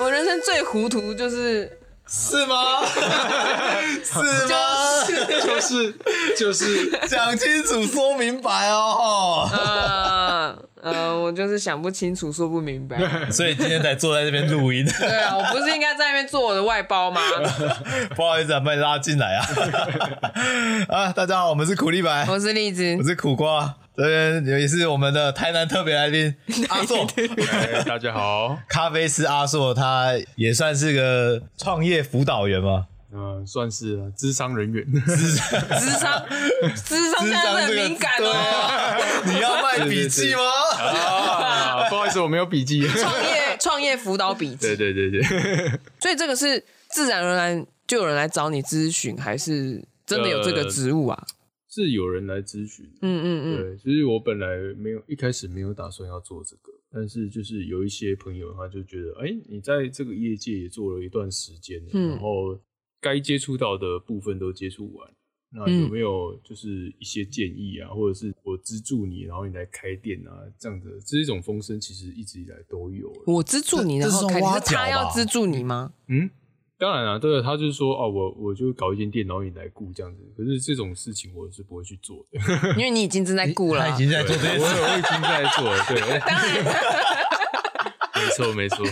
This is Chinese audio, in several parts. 我人生最糊涂就是 是 吗？是吗？ 就是就是讲清楚，说明白哦。 呃呃，我就是想不清楚，说不明白。 所以今天才坐在这边 录音， 对啊，我不是应该在那边做我的外包吗？不好意思啊，把你拉进 来啊。啊，大家好，我们是苦力白， 我是荔枝我，是苦瓜，这边也是我们的台南特别来宾 阿硕，哎，大家好，咖啡师阿硕，他也算是个创业辅导员嘛。 嗯、算是啊智商人 员，智商，智商现在很敏感哦。对啊你要卖笔记吗？ 啊，不好意思，我没有笔记。 创业创业辅导笔对记，对对对， 所以这个是自然而然就有人来找你咨询，还是真的有这个职务啊？是有人来咨询。嗯嗯嗯，对，其实我本来没有一开始没有打算要做这个，但是就是有一些朋友他就觉得，哎、你在这个业界也做了一段时间了，嗯然后该接触到的部分都接触完，那嗯有没有就是一些建议啊，或者是我资助你，然后你来开店啊，这样子，这一种风声其实一直以来都有了。我资助你，这然后这是看你挖是角吧他要资助你 吗？嗯，当然啊，对了，他就是说哦，我我就搞一间店，然后你来雇这样子。可是这种事情我是不会去做的，因为你已经正在顾了他啊已。经在做这对件我事。我已经在做了，对， 当然， 没错没错。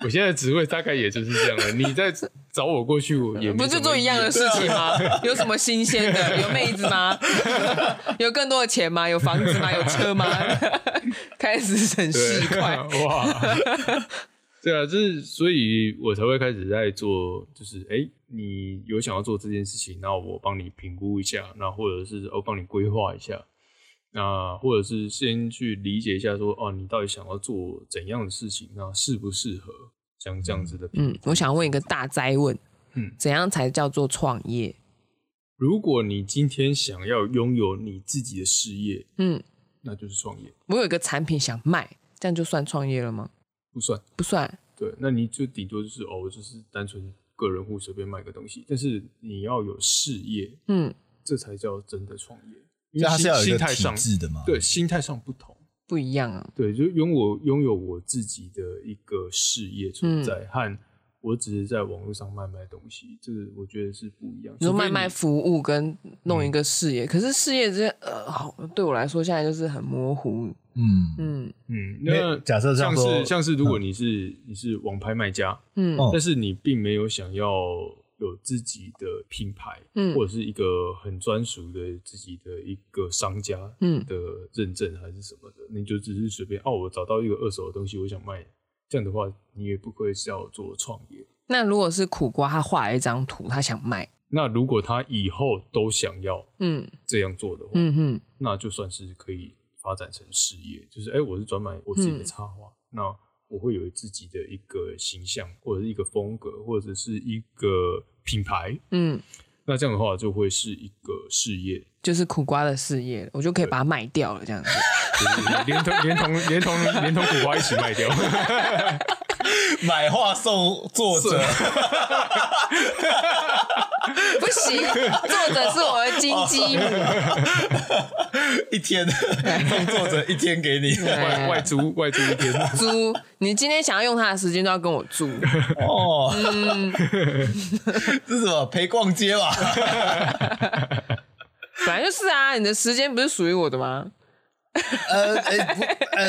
我现在的职位大概也就是这样了。你再找我过去，我也没不什就么做一样的事情吗？啊有什么新鲜 的？有妹子吗？ 有更多的钱吗？有房子吗？有车吗？ 开始省对事一块。 哇。对啊，就是所以，我才会开始在做，就是哎、诶你有想要做这件事情，那我帮你评估一下，那或者是我帮你规划一下，那或者是先去理解一下说，哦，你到底想要做怎样的事情，那适不适合，像这样子的评嗯，我想问一个大灾问，嗯怎样才叫做创业？如果你今天想要拥有你自己的事业，嗯，那就是创业，我有一个产品想卖，这样就算创业了吗？不算。不算。对，那你就顶多就是哦，我就是单纯个人户随便卖个东西，但是你要有事业，嗯，这才叫真的创业。因所以为他是心要有一心个态体上，制的嘛？对，心态上不同。不一样啊。对，就拥我拥有我自己的一个事业存嗯在，和我只是在网络上卖卖东西，这个我觉得是不一样。你说除非嗯卖卖服务跟弄一个事业，可是事业这呃，好对我来说现在就是很模糊。嗯，嗯嗯，因为那假设这样像说是像是如果你是、你是网拍卖家，嗯哦但是你并没有想要有自己的品牌，嗯或者是一个很专属的自己的一个商家嗯的认证还是什么的，你就只是随便哦，我找到一个二手的东西，我想卖，这样的话你也不会是要做创业。那如果是苦瓜，他画了一张图，他想卖。那如果他以后都想要嗯这样做的话，嗯哼，那就算是可以发展成事业，就是哎、诶我是专卖我自嗯己的插画，那我会有自己的一个形象，或者是一个风格，或者是一个品牌。嗯，那这样的话就会是一个事业，就是苦瓜的事业，我就可以把它卖掉了，这样子。就是连同连同 连同连同苦瓜一起 卖掉。买画送作 者， 不行，作者是我的金鸡母。一天送作者一天给你。 外外租外租一天，租，你今天想要用他的时间都要跟我租。 哦，嗯这是什么陪逛街吧？ 本来就是啊，你的时间不是属于我的吗？呃，哎不，呃，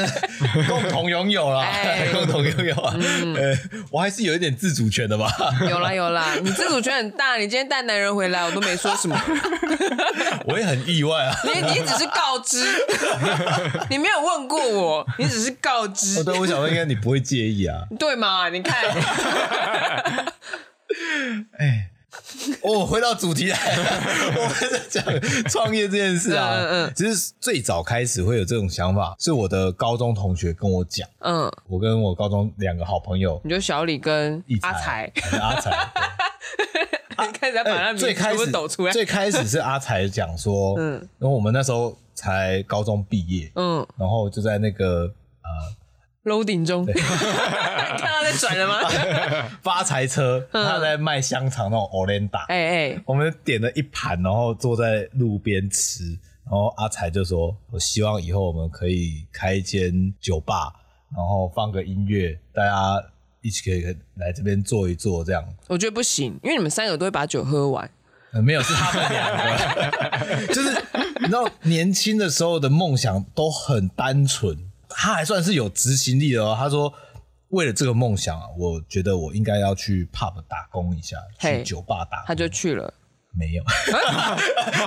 共同拥有啦，哎嗯共同拥有啊。呃，我还是有一点自主权的吧。有啦有 啦，你自主权很大，你今天带男人回来，我都没说 什么， 我也很意外 啊。你你只是告 知，你没有问过我，你只是告知哦，，对，我想说应该你不会介意啊。对吗？你 看，哎，哦，回到主题来， 我们在讲创业这件事啊。嗯嗯嗯其实最早开始会有这种想法，是我的高中同学跟我讲，嗯，我跟我高中两个好朋友你就小李跟一阿才，还是阿 才，你啊 开始在把他名字最全开部始抖出来，最开始是阿才讲说， 嗯嗯，因为我们那时候才高中毕业，嗯然后就在那个呃，loading 中， 看到在转了吗？ 发财车，他在卖香肠那种 Olenda，嗯哎哎，我们点了一盘，然后坐在路边吃，然后阿才就说：“我希望以后我们可以开一间酒吧，然后放个音乐，大家。”一起可以来这边坐一坐这样。我觉得不行，因为你们三个都会把酒喝完。呃，没有，是他们两个，就是你知道，年轻的时候的梦想都很单纯，他还算是有执行力的哦。他说，为了这个梦想啊，我觉得我应该要去 pub 打工一下，嘿去酒吧打工。他就去了，没 有，他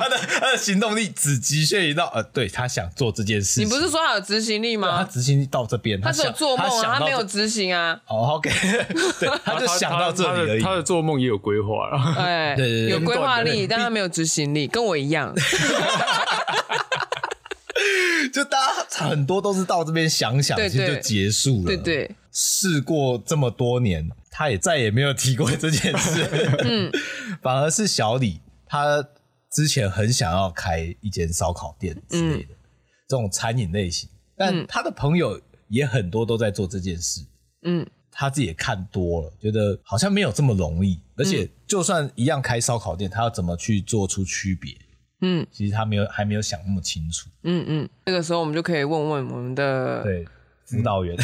的他的行动力只局限于到呃，对他想做这件事情。你不是说他有执行力他吗？执行力到这边，他他只有想做梦他啊，想他到没这有执行啊。哦，OK，对， 他就想到这他里而的已。他的做梦也有规划啦。哎，对对对有规划力，对但他没有执行力，跟我 一样。就大家很多都是到这边想想，对其实对就结束了。对，对，试过这么多年，他也再也没有提过这件事。嗯， 反而是小李，他之前很想要开一间烧烤店之类的、这种餐饮类型，但他的朋友也很多都在做这件事。嗯，他自己也看多了，觉得好像没有这么容易，而且就算一样开烧烤店，他要怎么去做出区别？嗯，其实他没有还没有想那么清楚。嗯嗯，这个时候我们就可以问问我们的，对，辅导员，就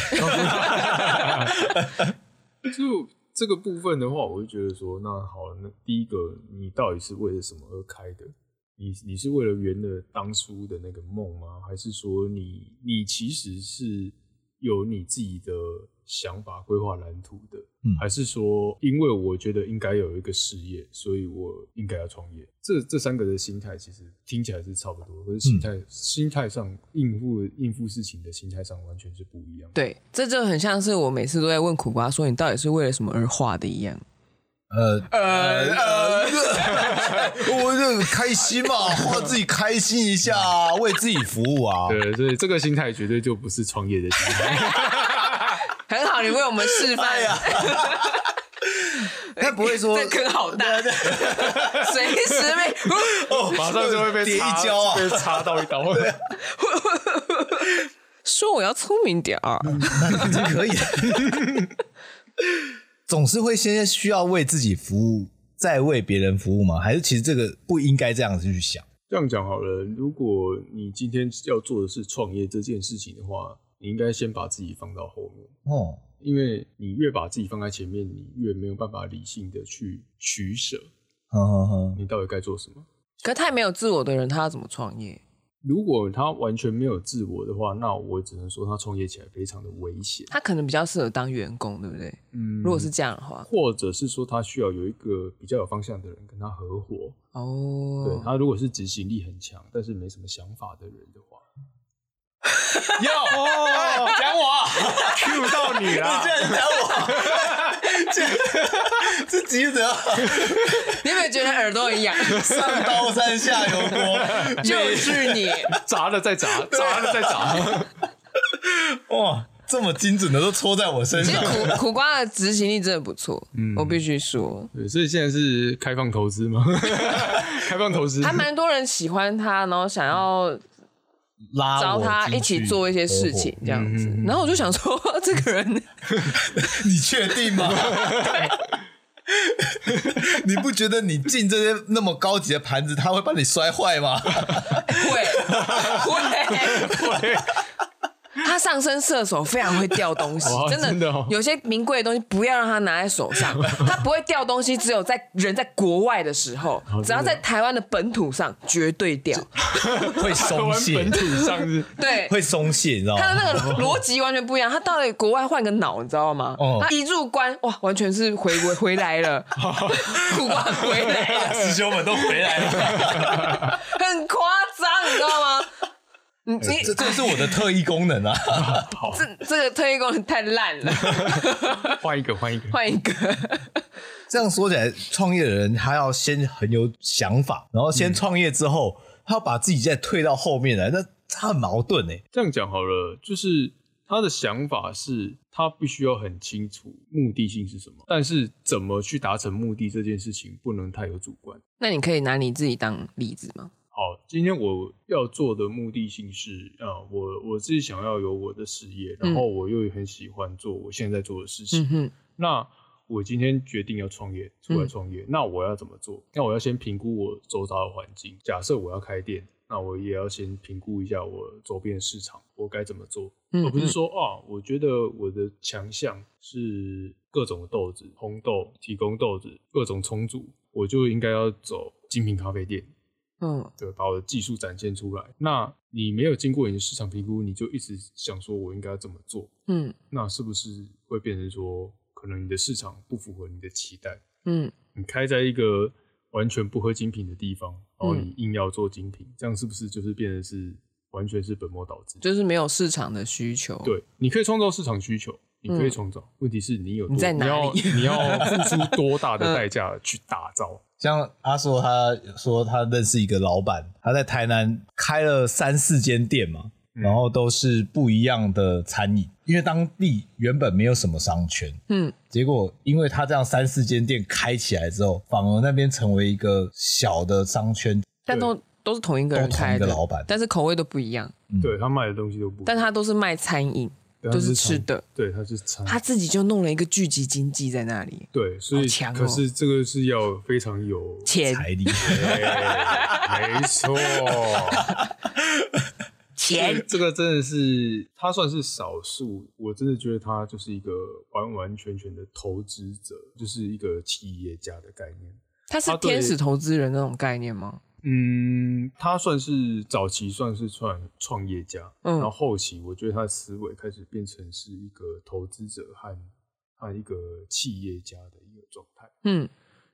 这个部分的话，我就觉得说，那好，那第一个，你到底是为了什么而开的？你你是为了圆了当初的那个梦吗？还是说你你其实是有你自己的想法、规划蓝图的？嗯还是说，因为我觉得应该有一个事业，所以我应该要创业？这这三个的心态其实听起来是差不多，可是心态、心态上应付应付事情的心态上完全是不一样的。对，这就很像是我每次都在问苦瓜说你到底是为了什么而画的一样。呃呃呃，我就开心 嘛，画自己开心一下啊，为自己服务啊。对，所 以这个心态绝对就不是创业的心态。很好，你为我们示范，哎呀， 他不会说这坑好大， 随时被哦， 马上就会被叠插一跤啊被。插到一刀。说我要聪明点儿。已经 可以了。总是会先需要为自己服务，再为别人服务吗？还是其实这个不应该这样子去想？这样讲好了，如果你今天要做的是创业这件事情的话，你应该先把自己放到后面， 哦，因为你越把自己放在前面，你越没有办法理性的去取舍，哼哼哼，你到底该做什么。可太没有自我的人，他要怎么创业？如果他完全没有自我的话，那我只能说他创业起来非常的危险。他可能比较适合当员工，对不对？嗯如果是这样的话，或者是说他需要有一个比较有方向的人跟他合伙，对哦，他如果是执行力很强，但是没什么想法的人的 话，哟，讲我， Q 到啊 你啦！然讲我，这这急着 你有没有觉得耳朵很痒？上刀山下油 锅，就是你，砸了再砸，砸了再砸。哇，这么精准的都戳在我身其实上。苦苦瓜的执行力真的不错，我必须说，对，所以现在是开放投资 吗？开放投资，还蛮多人喜欢他，然后想要拉找我他进一起去做一些事情，这样子。然后我就想说， 这个人合 伙，你确定吗？你不觉得你进这些那么高级的盘子，他会把你摔坏吗？会会会。他上身射手非常会掉东西哇，真的，真的哦有些名贵的东西不要让他拿在手上，他不会掉东西，只有在人在国外的时候，只要在台湾的本土上绝对掉。会台松湾懈本，土上是对，会松懈，你知道他的吗？那个逻辑完全不一样，他到了国外换个脑，你知道吗？哦他一入关，哇，完全是回回回来了，苦瓜回来了。师兄们都回来了，很夸张，你知道吗？你 你哎这这是我的特异功能 啊！好，这这个特异功能太烂了， 换一个，换一个。换一个。这样说起来，创业的人他要先很有想法，然后先创业之后，他要把自己再退到后面来，那他很矛盾哎。这样讲好了，就是他的想法是，他必须要很清楚目的性是什么，但是怎么去达成目的这件事情，不能太有主观。 那你可以拿你自己当例子吗？好，今天我要做的目的性是，呃，我我自己想要有我的事业，然后我又很喜欢做我现在做的事情。嗯哼，嗯那我今天决定要创业，出来创业，那我要怎么做？那我要先评估我周遭的环境。假设我要开店，那那我也要先评估一下我周边市场，我该怎么做，嗯而不嗯是说啊，我觉得我的强项是各种豆子、烘豆、提供豆子、各种冲煮，我就应该要走精品咖啡店，嗯对，把我的技术展现出来。那你没有经过你的市场评估，你就一直想说我应该要怎么做，嗯那是不是会变成说，可能你的市场不符合你的期待？嗯你开在一个完全不喝精品的地方，然后嗯你硬要做精品，这样是不是就是变成是完全是本末倒置？就是没有市场的需求。，对，你可以创造市场需求，你可以嗯创造，问题是你有多你在哪里嗯你要你要付 出多大的代价去打造？像阿硕，他说他认识一个老板，他在台南开了三四间店嘛，然后都是不一样的餐饮，因为当地原本没有什么商圈，嗯，结果因为他这样三四间店开起来之后，反而那边成为一个小的商圈，但都都是同一个人都同一开个的老板但是口味都不一样，嗯对他卖的东西都不一样，但他都是卖餐饮，对都它是是吃餐，的，对，他是餐，他自己就弄了一个聚集经济在那里，对，所以好强哦可是这个是要非常有， 钱财力。对，没 错。这钱 个，这个真的是他算是少数，我真的觉得他就是一个完完全全的投资者，就是一个企业家的概念。他是他啊对天使投资人那种概念吗？嗯，他算是早期算是创创业家，嗯然后后期我觉得他的思维开始变成是一个投资者和和一个企业家的一个状态，嗯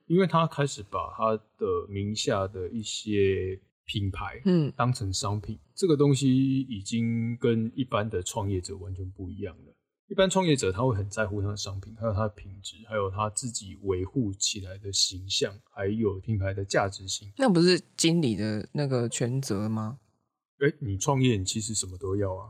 因为他开始把他的名下的一些品牌，嗯当成商品，这个东西已经跟一般的创业者完全不一样了。一般创业者他会很在乎他的商品，还有他的品质，还有他自己维护起来的形象，还有品牌的价值性。那不是经理的那个权责吗？哎、你创业，你其实什么都要啊，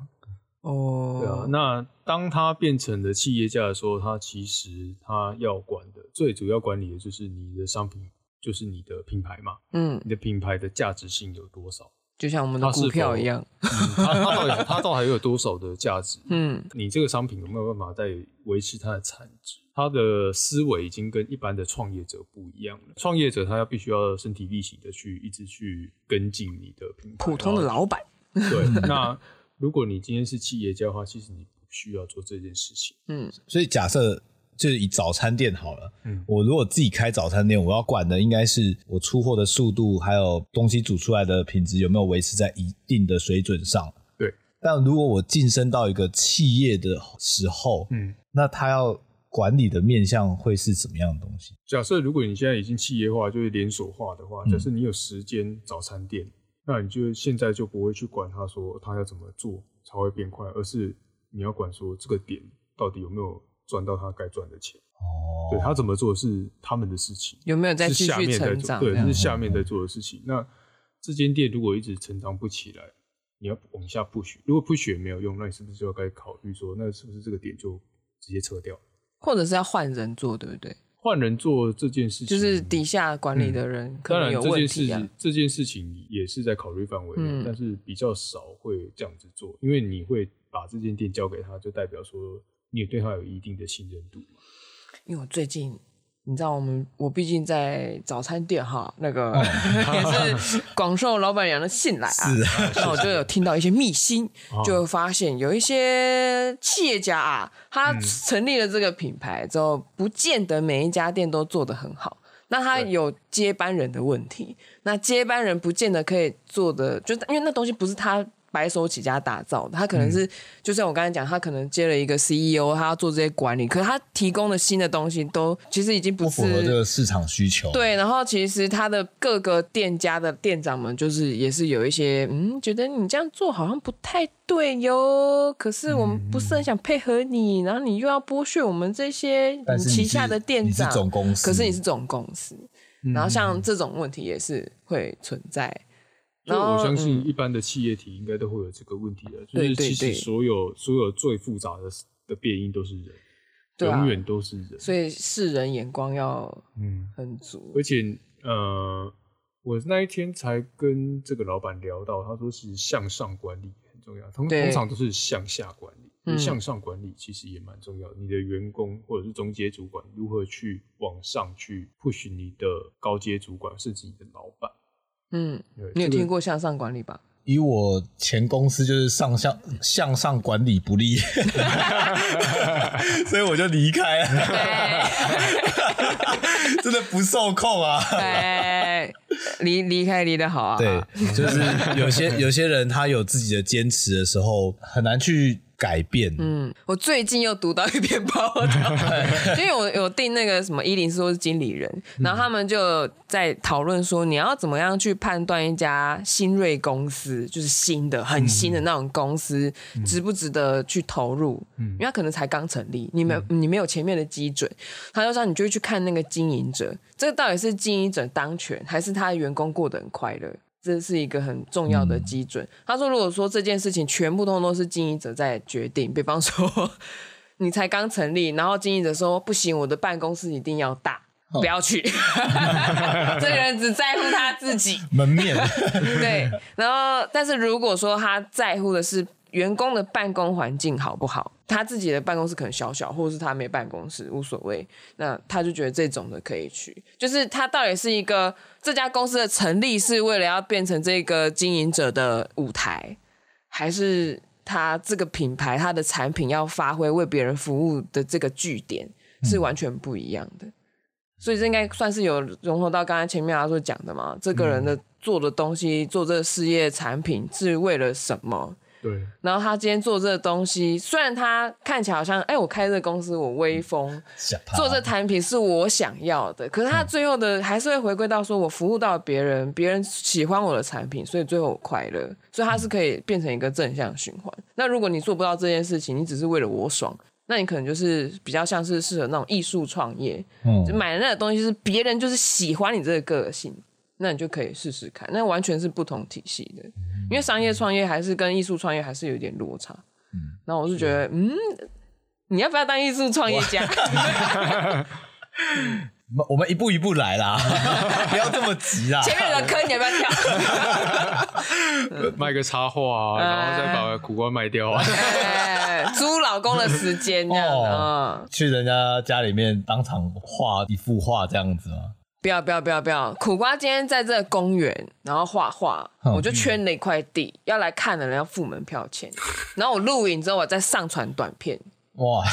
哦，对啊。那当他变成了企业家的时候，他其实他要管的最主要管理的就是你的商品，就是你的品牌嘛，嗯，你的品牌的价值性有多少？就像我们的他是股票否一样， 嗯，他他到底他到底还有多少的价值？嗯你这个商品有没有办法再维持它的产值？他的思维已经跟一般的创业者不一样了。创业者他要必须要身体力行的去一直去跟进你的品牌。普通的然后老板， 对，那如果你今天是企业家的话，其实你不需要做这件事情。嗯所以假设就是以早餐店好了，嗯我如果自己开早餐店，我要管的应该是我出货的速度，还有东西煮出来的品质有没有维持在一定的水准上。对，但如果我晋升到一个企业的时候，嗯，那他要管理的面向会是什么样的东西？假设如果你现在已经企业化，就是连锁化的话，嗯假设你有十间早餐店，那你就现在就不会去管他说他要怎么做才会变快，而是你要管说这个点到底有没有赚到他该赚的钱。哦对他怎么做是他们的事情，有没有再是继下续面在成做，长？对，这样嗯是下面在做的事情。那这间店如果一直成长不起来，你要往下 push，如果 push 也没有用，那你是不是就该考虑说，那是不是这个点就直接撤掉？或者是要换人做，对不对？换人做这件事情，就是底下管理的人可当能然有这问件事题情啊。这件事情也是在考虑范围内，嗯但是比较少会这样子做，因为你会把这间店交给他，就代表说你也对他有一定的信任度嘛。因为我最近，你知道我们，我毕竟在早餐店哈，那个 哦也是广受老板娘的信 赖啊。是那我就有听到一些秘辛，啊就发现有一些企业家嗯啊，他成立了这个品牌之后，不见得每一家店都做得很好。那他对有接班人的问题，那接班人不见得可以做的，就是因为那东西不是他白手起家打造的，他可嗯能是、就像我刚才讲，他可能接了一个 CEO，他要做这些管理，可是他提供的新的东西都其实已经不不是符合这个市场需求。，对，然后其实他的各个店家的店长们，就是也是有一些，嗯，觉得你这样做好像不太对哟。可是我们不是很想配合你，然后你又要剥削我们这些但你是你旗是下的店你是长，总公司嗯可是你是总公司，然后像这种问题也是会存在。所然以后我相信嗯一般的企业体应该都会有这个问题的，就对是对其对实所有所有最复杂的的变因都是人，对啊永远都是人。所以世人眼光要嗯，很足而，且呃，我那一天才跟这个老板聊到，他说其实向上管理很重要，通对通常都是向下管理，嗯向上管理其实也蛮重要的。你的员工或者是中阶主管如何去往上去 push 你的高阶主管，甚至你的老板。嗯，对你有这个听过向上管理吧？以我前公司就是上向向上管理不力， 所以我就离开了， 真的不受控啊。对，哎离离开离得好 啊。对，就是有些有些人他有自己的坚持的时候，很难去改变。嗯，我最近又读到一篇报道， 因为我有订那个什么一零四或是经理人，然后他们就在讨论说，你要怎么样去判断一家新锐公司，就是新的、很新的那种公司，值不值得去投入？因为它可能才刚成立，你没有你没有前面的基准，他就让你就会去看那个经营者，这个到底是经营者当权，还是他的员工过得很快乐？这是一个很重要的基准。他说，如果说这件事情全部通通都是经营者在决定，比方说 你才刚成立，然后经营者说不行，我的办公室一定要大。不要去， 这个人只在乎他自己。门 面对，然后但是如果说他在乎的是员工的办公环境好不好，他自己的办公室可能小小，或者是他没办公室无所谓，那他就觉得这种的可以去，就是他到底是一个这家公司的成立是为了要变成这个经营者的舞台，还是他这个品牌他的产品要发挥为别人服务的这个据点是完全不一样的。所以这应该算是有融合到刚才前面啊阿说讲的嘛，这个人的做的东西、做这个事业产品是为了什么？对，然后他今天做这个东西，虽然他看起来好像，哎、我开这个公司我威风，吓怕做这产品是我想要的，可是他最后的还是会回归到说我服务到别人，别人喜欢我的产品，所以最后我快乐，所以它是可以变成一个正向循环。那如果你做不到这件事情，你只是为了我爽，那你可能就是比较像是适合那种艺术创业，嗯就买的那个东西是别人就是喜欢你这个个性，那你就可以试试看，那完全是不同体系的，因为商业创业还是跟艺术创业还是有点落差。嗯，那我是觉得，嗯，你要不要当艺术创业家？我们一步一步来 啦，不要这么急啦。前面有个坑，你要不要跳？卖个插画啊，然后再把苦瓜卖掉啊。哎租老公的时间这样的，哦嗯，去人家家里面当场画一幅画这样子吗？不要不要不要不要！苦瓜今天在这个公园，然后画画，嗯我就圈了一块地，要来看的人要付门票钱，然后我录影之后，我再上传短片，哇，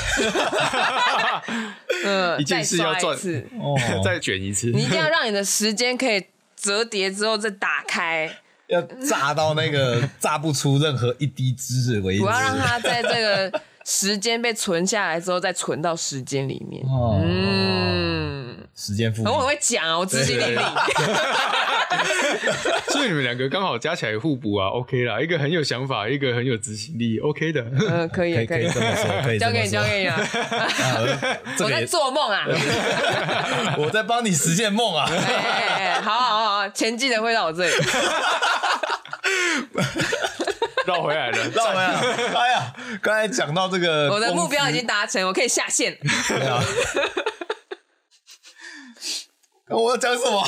嗯，一件再事要刷一赚次，哦 再卷一次，你一定要让你的时间可以折叠之后再打开，要炸到那个炸不出任何一滴汁为止。我要让它在这个时间被存下来之后，再存到时间里面。哦，嗯，时间复利我很会讲啊，我执行力对力。所以你们两个刚好加起来互补啊，OK 啦，一个很有想法，一个很有执行力，OK 的。 嗯，可以可啊以可以可以这，么说，可以这交么给你，说交给你啊！啊 这我个在也做梦啊！ 我在帮你实现梦 啊。哎哎，哎好好好好，钱记得会到我这 里。绕回来了，绕回来，哎呀，刚才讲到这个，我的目标已经达成，我可以下线了。对 啊。我要讲什么？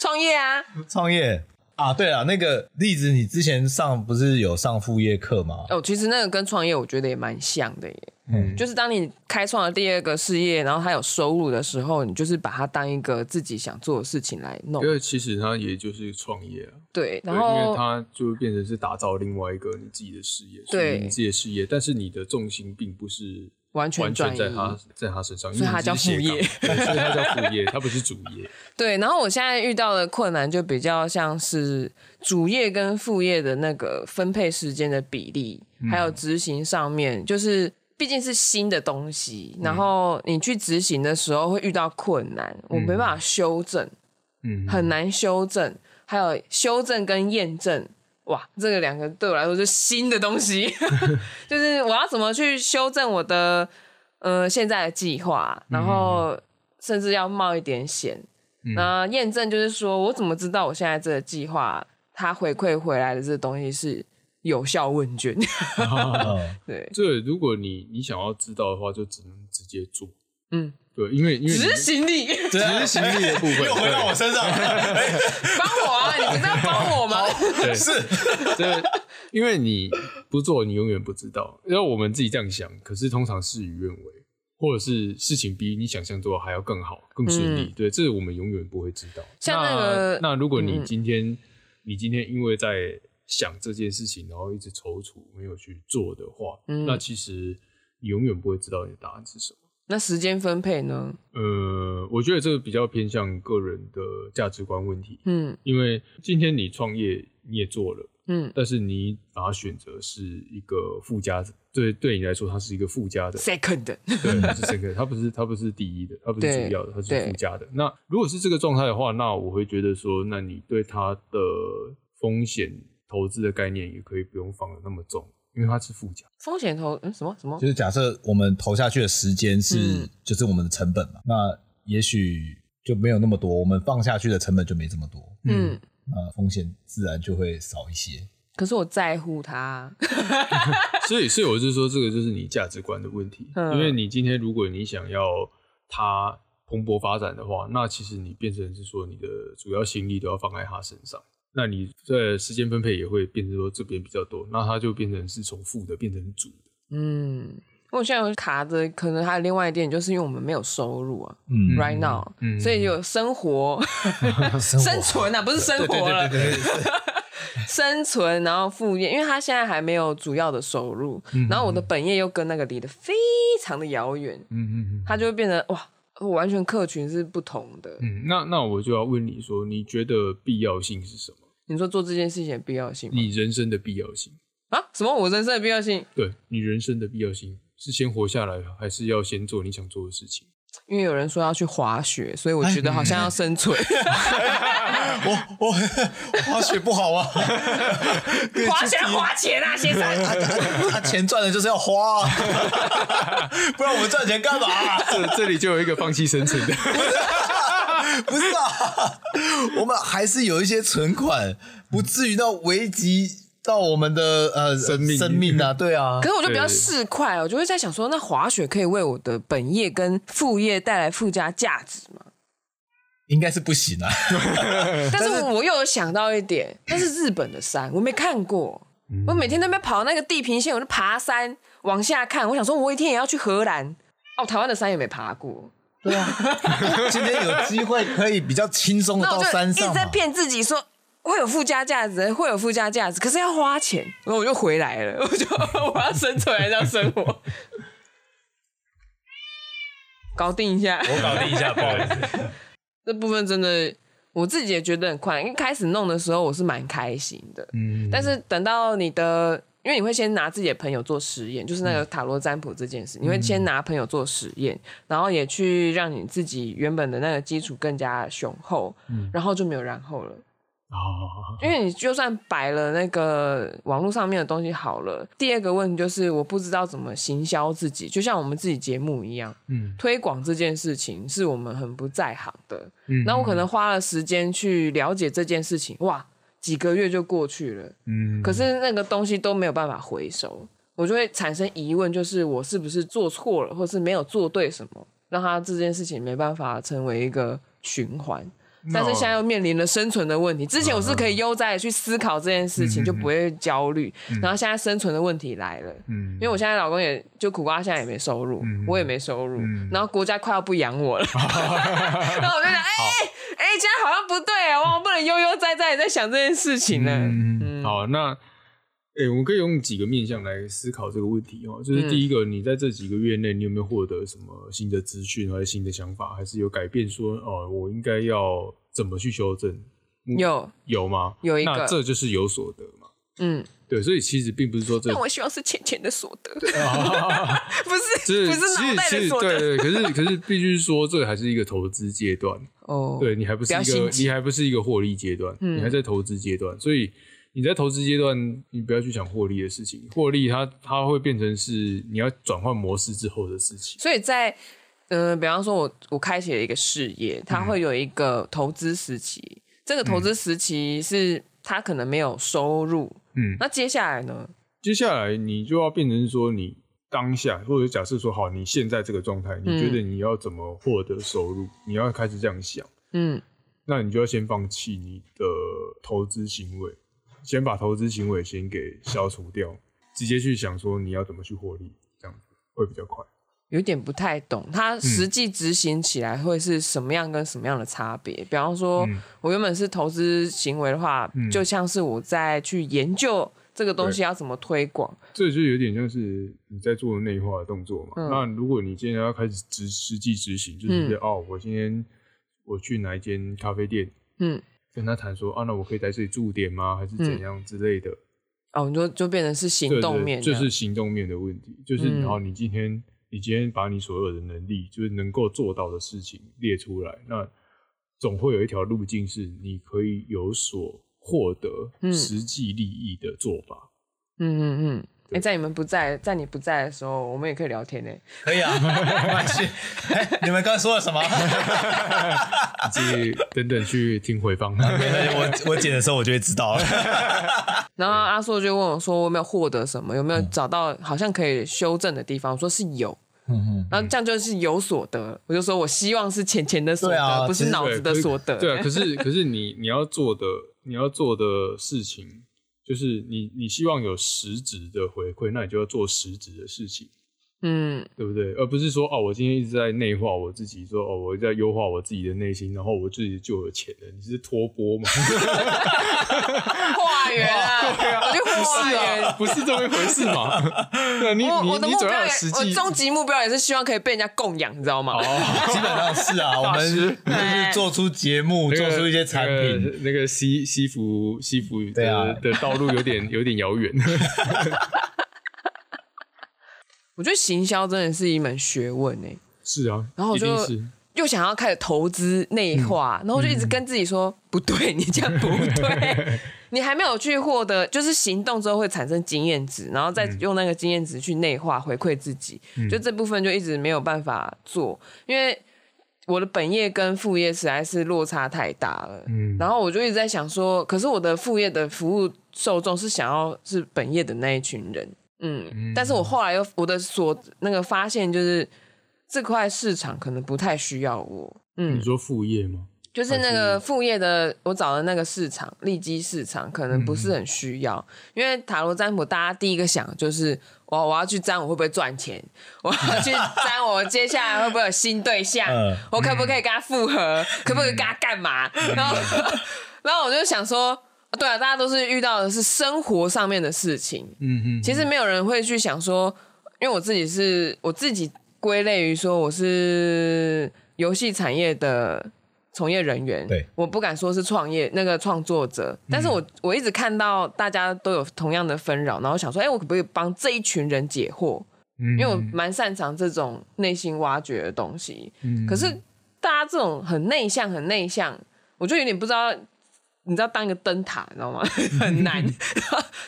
创业啊，创业啊，对了，那个例子，你之前上不是有上副业课吗？哦，其实那个跟创业我觉得也蛮像的耶。嗯就是当你开创了第二个事业，然后它有收入的时候，你就是把它当一个自己想做的事情来弄因。为其实它也就是创业啊，对，对然因为后它就变成是打造另外一个你自己的事业，对属于你自己的事业，但是你的重心并不是完全完全转在移他在他身上，因所为以它你只是叫副业斜杠对所以它叫副业，它不是主业。对，然后我现在遇到的困难就比较像是主业跟副业的那个分配时间的比例，还有执行上面，就是毕竟是新的东西，然后你去执行的时候会遇到困难，我没办法修正，嗯，很难修正，还有修正跟验证。哇，这个两个对我来说是新的东 西，就是我要怎么去修正我的呃现在的计划，然后甚至要冒一点险。嗯那验证就是说我怎么知道我现在这个计划它回馈回来的这东西是有效问卷？ 嗯对， 这如果你你想要知道的话，就只能直接做。嗯，对，因为因为你执行力，对啊执行力的部分 又回到我身上了。帮我啊！ 你不是要帮我吗？对是，这因为你不做，你永远不知道。因为我们自己这样想，可是通常事与愿违。或者是事情比你想象中的还要更好、更顺利。对，这我们永远不会知道。嗯像那个嗯那如果你今天、你今天因为在想这件事情，然后一直踌躇没有去做的话，嗯那其实你永远不会知道你的答案是什么。那时间分配呢？呃，我觉得这个比较偏向个人的价值观问题，嗯因为今天你创业你也做了。嗯，但是你把它选择是一个附加的，对对你来说它是一个附加的， second，对，它是 second，它不是它不是第一的，它不是对主要的，它是对附加的。那如果是这个状态的话，那我会觉得说，那你对它的风险投资的概念也可以不用放的那么重，因为它是附加。风险投嗯什么什么就是假设我们投下去的时间是、嗯就是我们的成本嘛，那也许就没有那么多，我们放下去的成本就没这么多，嗯，那呃风险自然就会少一些。可是我在乎他，啊所以，所以我是说，这个就是你价值观的问题。嗯因为你今天如果你想要它蓬勃发展的话，那其实你变成是说你的主要心力都要放在它身上，那你的时间分配也会变成说这边比较多，那它就变成是从负的变成主的。 嗯，我现在有卡着，可能还有另外一点，就是因为我们没有收入啊、嗯 r i g h t now，、嗯所以有生活、 生生存啊，不是生对对活了对，对对对， 生存，然后副业，因为他现在还没有主要的收入，嗯然后我的本业又跟那个离得非常的遥远，嗯嗯他就会变成哇，我完全客群是不同的。嗯。那那我就要问你说，你觉得必要性是什么？你说做这件事情的必要性吗？你人生的必要性？啊？什么？我人生的必要性？对你人生的必要性是先活下来，还是要先做你想做的事情？ 因为有人说要去滑雪，所以哎我觉得好嗯像要生存。 我我 滑雪不好啊， 滑雪要花钱啊，先 生。他钱赚的就是要花、啊， 不然我们赚钱干嘛、啊这这里就有一个放弃生存的。不是啊，我们还是有一些存款，不至于到危及到我们的呃生命生命啊，对啊可，是我就比较对市侩，我就会在想说，那滑雪可以为我的本业跟副业带来附加价值 吗？应该是不行啊。但是我又有想到一点，那是日本的山，我没看过。我每天在那边跑那个地平线，我就爬山往下看。我想说，我一天也要去荷兰。哦，台湾的山也没爬过，对啊，今天有机会可以比较轻松的那到我就一山直上在嘛，骗自己说会有附加价值，会有附加价值，可是要花钱。然后我就回来了， 我就我要生存还是要生活？ 搞定一下。我搞定一下，不好意 思。这部分真的我自己也觉得很快，因为开始弄的时候我是蛮开心的，嗯，但是等到你的，因为你会先拿自己的朋友做实验，就是那个塔罗占卜这件嗯事，你会先拿朋友做实验，然后也去让你自己原本的那个基础更加雄厚，嗯然后就没有然后了。哦，因为你就算摆了那个网络上面的东西好了，第二个问题就是我不知道怎么行销自己，就像我们自己节目一样，嗯推广这件事情是我们很不在行的，嗯那我可能花了时间去了解这件事情，哇，几个月就过去了，嗯可是那个东西都没有办法回收，我就会产生疑问，就是我是不是做错了，或是没有做对什么，让他这件事情没办法成为一个循环。但是现在又面临了生存的问题。之前我是可以悠哉的去思考这件嗯事情，就不会焦虑。然后现在生存的问题来了，嗯因为我现在老公也就苦瓜，现在也没收入，我也没收入，嗯然后国家快要不养我 了， 然后我就想，哎哎，这样好像不对啊，哇我不能悠悠哉哉的在想这件事情呢。嗯，好，那诶、我们可以用几个面向来思考这个问题哦。就是嗯第一个，你在这几个月内，你有没有获得什么新的资讯，还是新的想法，还是有改变说哦，我应该要怎么去修正？有，有吗？有一个那这就是有所得嘛。嗯，对，所以其实并不是说 这但我希望是钱钱的所得， 不就是是不其是脑实袋其的实所对得。对，可是可是必须说，这还是一个投资阶段。哦，对你还不是不要一心个，急嗯你还不是一个获利阶段，你还在投资阶段，所以你在投资阶段，你不要去想获利的事情，获利它它会变成是你要转换模式之后的事情。所以在嗯、呃比方说我我开启了一个事业，它嗯会有一个投资时期，这个投资时期是它可能没有收入，嗯那接下来呢？接下来你就要变成说你。当下，或者假设说好，你现在这个状态，你觉得你要怎么获得收入？你要开始这样想，嗯，那你就要先放弃你的投资行为，先把投资行为先给消除掉，直接去想说你要怎么去获利，这样子会比较快。有点不太懂，嗯它实际执行起来会是什么样跟什么样的差别？比方说，嗯我原本是投资行为的话，就像是我在去研究这个东西要怎么推广，这就有点像是你在做内化的动作嘛。嗯那如果你今天要开始执实际执行，就是、哦，我今天我去哪一间咖啡店，嗯，跟他谈说啊，那我可以在这里驻点吗？还是怎样之类的？哦，你就就变成是行动面这对对样，就是行动面的问题，就是嗯然后你今天你今天把你所有的能力，就是能够做到的事情列出来，那总会有一条路径是你可以有所获嗯得实际利益的做法。嗯嗯嗯。哎、对在你们不在，在你不在的时候，我们也可以聊天呢、可以啊，没关系。哎，你们刚刚说了什么？自己等等去听回放。 没关系我我剪的时候我就会知道了。 然后阿硕就问我说：“我有没有获得什么？有没有找到好像可以修正的地方？”我说是嗯有，然后这样就是有所得。我就说我希望是钱钱的所对啊得，不其是实脑子的所得。对啊，可是可是你你要做的你要做的事情，就是你你希望有实质的回馈，那你就要做实质的事情。嗯对不对？而不是说哦，我今天一直在内化我自己，说哦，我在优化我自己的内心，然后我自己就有钱了。你是脱播吗？ 化缘啊，我就化缘。不是这么一回事 嘛？对啊，你我我的你你目总要标有也，实我际终极目标也是希望可以被人家供养，你知道吗？哦。 基本上是啊，我们就是做出节目，那做个出一些产品。那个那个西西服西服对的、啊的道路有点有点遥远。 我觉得行销真的是一门学问欸诶、是啊，然后我一就定是又想要开始投资内化，然后我就一直跟自己说、不对，你这样不对，你还没有去获得，就是行动之后会产生经验值，然后再用那个经验值去内化回馈自己，就这部分就一直没有办法做，因为我的本业跟副业实在是落差太大了，嗯然后我就一直在想说，可是我的副业的服务受众是想要是本业的那一群人，嗯，但是我后来又我的所那个发现就是这块市场可能不太需要我，嗯你，说副业吗？就是那个副业的我找的那个市场利基市场可能不是很需要，因为塔罗占卜大家第一个想的就是我我要去占我会不会赚钱， 我要去占我接下来会不会有新对象，嗯我可不可以跟他复合，可不可以跟他干嘛？然后，然后我就想说，啊对啊，大家都是遇到的是生活上面的事情，嗯嗯，其实没有人会去想说，因为我自己是我自己归类于说我是游戏产业的从业人员，对我不敢说是创业那个创作者，但是我、我一直看到大家都有同样的纷扰，然后想说，哎、我可不可以帮这一群人解惑？因因为我蛮擅长这种内心挖掘的东西。嗯可是大家这种很内向、很内向，我就有点不知道，你知道当一个灯塔，你知道吗？ 很难。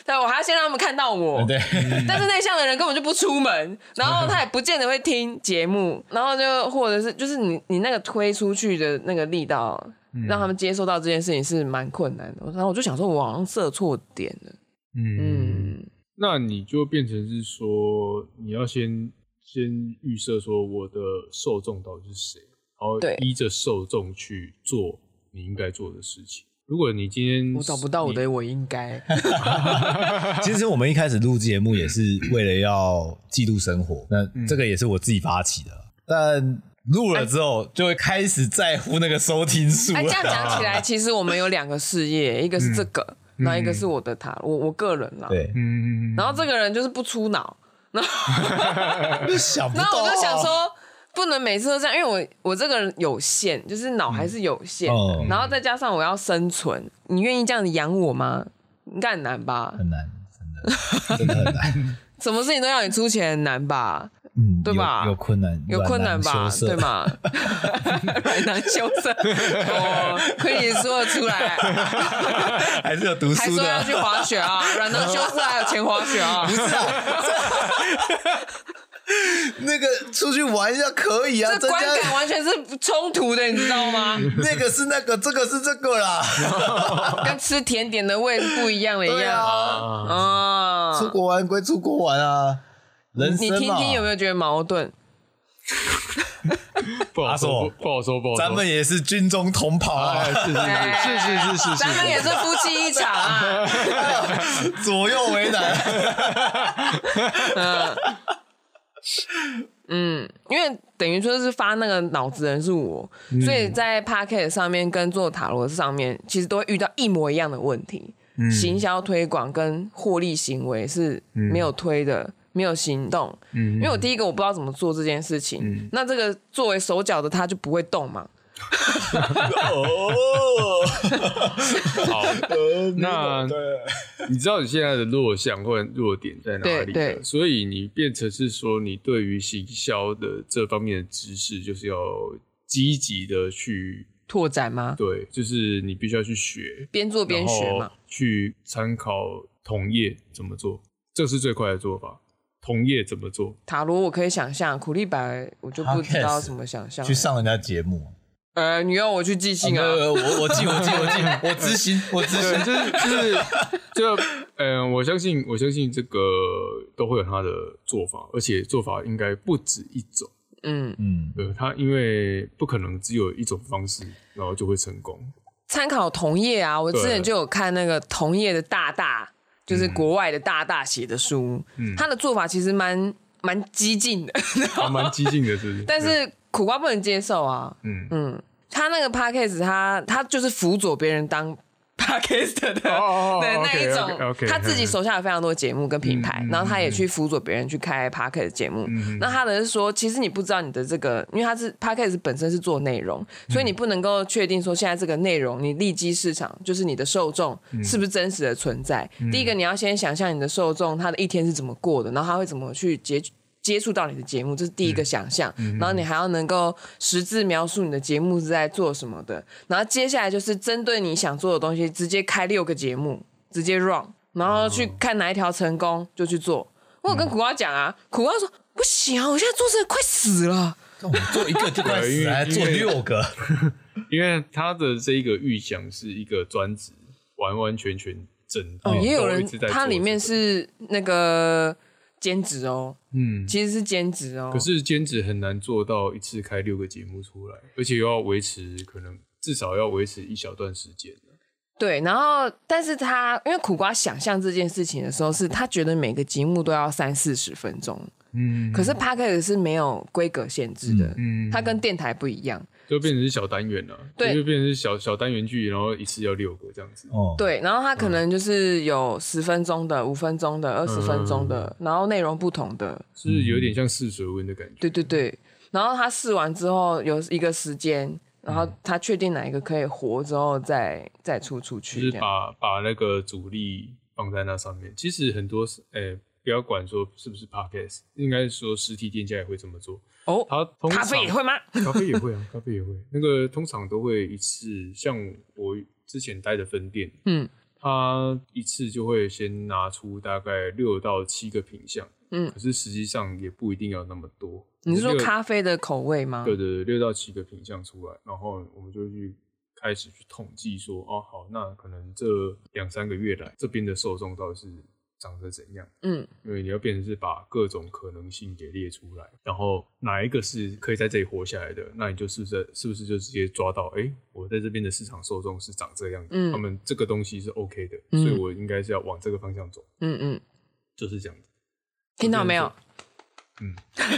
但我还要先让他们看到我。对，但是内向的人根本就不出门，然后他也不见得会听节 目，然后就或者是就是你你那个推出去的那个力道，嗯让他们接受到这件事情是蛮困难的。然后我就想说，我好像射错点了。嗯，嗯那你就变成是说，你要先先预设说我的受众到底是谁，然后对依着受众去做你应该做的事情。如果你今天我找不到我的，我应 该。其实我们一开始录节目也是为了要记录生活，那这个也是我自己发起的。但录了之后，就会开始在乎那个收听数哎，这样了。讲起来，其实我们有两个事业，一个是这个，然后一个是我的塔，我我个人啦。 嗯对，嗯，然后这个人就是不出脑，想不然后到。我就想，哦说，不能每次都这样，因为我我这个人有限，就是脑还是有限的嗯哦然后再加上我要生存，你愿意这样子养我吗？应该很难吧？很难，真的，真的很难。什么事情都要你出钱，很难吧？嗯，对吧有有困难，有困难软吧囊？羞涩对？吗？ 很难羞涩，哦，可以说得出 来， 还是有读还书说要的去。滑雪啊，软囊羞涩还有钱滑雪啊， 那个出去玩一下可以啊，这增观加感完全是冲突的，你知道吗？ 那个是那个，这个是这个啦。跟吃甜点的味是不一样的一对样啊，啊，啊。出国玩归出国玩啊，人你生听听有没有？有觉得 矛盾？不好阿说硕，不好说，不好说。咱们也是军中同袍啊哎，，是是是是是是是，咱们也是夫妻一场啊。 左右为难。嗯，因为等于说是发那个脑子的人是我，嗯所以在 p a c k e t 上面跟做塔罗上面，其实都会遇到一模一样的问题。嗯行销推广跟获利行为是没有推的，没有行动。嗯因为我第一个我不知道怎么做这件事情，那这个作为手脚的他就不会动嘛。哦好，那对，你知道你现在的弱项或者弱点在哪里对了，对所以你变成是说，你对于行销的这方面的知识，就是要积极的去拓展吗？对，就是你必须要去学，边做边学然嘛后。去参考同业怎么做，这是最快的做法。同业怎么做？塔罗我可以想象，苦力白我就不知 Podcast 道怎么想象去。上人家节目，呃，你要我去即兴啊？呃我我记我记我记， 我执行我执 对，行，就是就是 就嗯，我相信我相信这个都会有他的做法，而且做法应该不止一种。嗯，嗯，呃，他因为不可能只有一种方式，然后就会成功。参考同业啊，我之前对就有看那个同业的大大，就是国外的大大写的书，他的做法其实蛮蛮激进的， 还蛮激进的，是不是？但是苦瓜不能接受啊。嗯，嗯，嗯，他那个 podcast 他他就是辅佐别人当 podcast 的。哦嗯对那一种 o k 他自己手下有非常多节目跟品牌，嗯然后他也去辅佐别人去开 p a r k e t 节目。那他的是说，其实你不知道你的这个，因为他是 p a r k e t 本身是做内容，嗯所以你不能够确定说现在这个内容你利基市场就是你的受众嗯是不是真实的存在。第一个，你要先想象你的受众他的一天是怎么过的，然后他会怎么去接接触到你的节目，这是第嗯一个想象。然后你还要能够实质描述你的节目是在做什么的。然后接下来就是针对你想做的东西，直接开六个节目，直接 run，然后去看哪一条成功就去做。我有跟苦瓜讲啊，嗯苦瓜说不行啊，我现在做这个快死了。我们做一个就快死了，还做六个，因为他的这一个预想是一个专职，完完全全整哦，天也有都人一直在做他里面这个是那个兼职哦，嗯，其实是兼职哦。可是兼职很难做到一次开六个节目出来，而且又要维持可能至少要维持一小段时间。对，然后但是他因为苦瓜想象这件事情的时候，是他觉得每个节目都要三四十分钟，嗯，可是 p a c k e t 是没有规格限制的，嗯它跟电台不一样。就变成是小单元了，对就变成是小小单元剧，然后一次要六个这样子。哦，对，然后它可能就是有十分钟的、五分钟的、二十分钟的，嗯然后内容不同的。是有点像试水温的感觉。对对对，然后他试完之后有一个时间，然后他确定哪一个可以活之后再再出出就去是这样。把把那个主力放在那上面。其实很多是，呃、不要管说是不是 podcast，应该说实体店家也会这么做。哦，他通常咖啡也会吗？咖啡也会啊，咖啡也会。那个通常都会一次，像我之前待的分店，嗯，他一次就会先拿出大概六到七个品相，嗯可是实际上也不一定要那么多。你是说六咖啡的口味吗？对对对，六到七个品相出来，然后我们就去开始去统计说，哦，好，那可能这两三个月来这边的受众到底是长得怎样？嗯，因为你要变成是把各种可能性给列出来，然后哪一个是可以在这里活下来的，那你就是在是不是就直接抓到，哎、我在这边的市场受众是长这样的，嗯他们这个东西是 OK 的，嗯所以我应该是要往这个方向走，嗯嗯，就是这样子。听到没你有？哦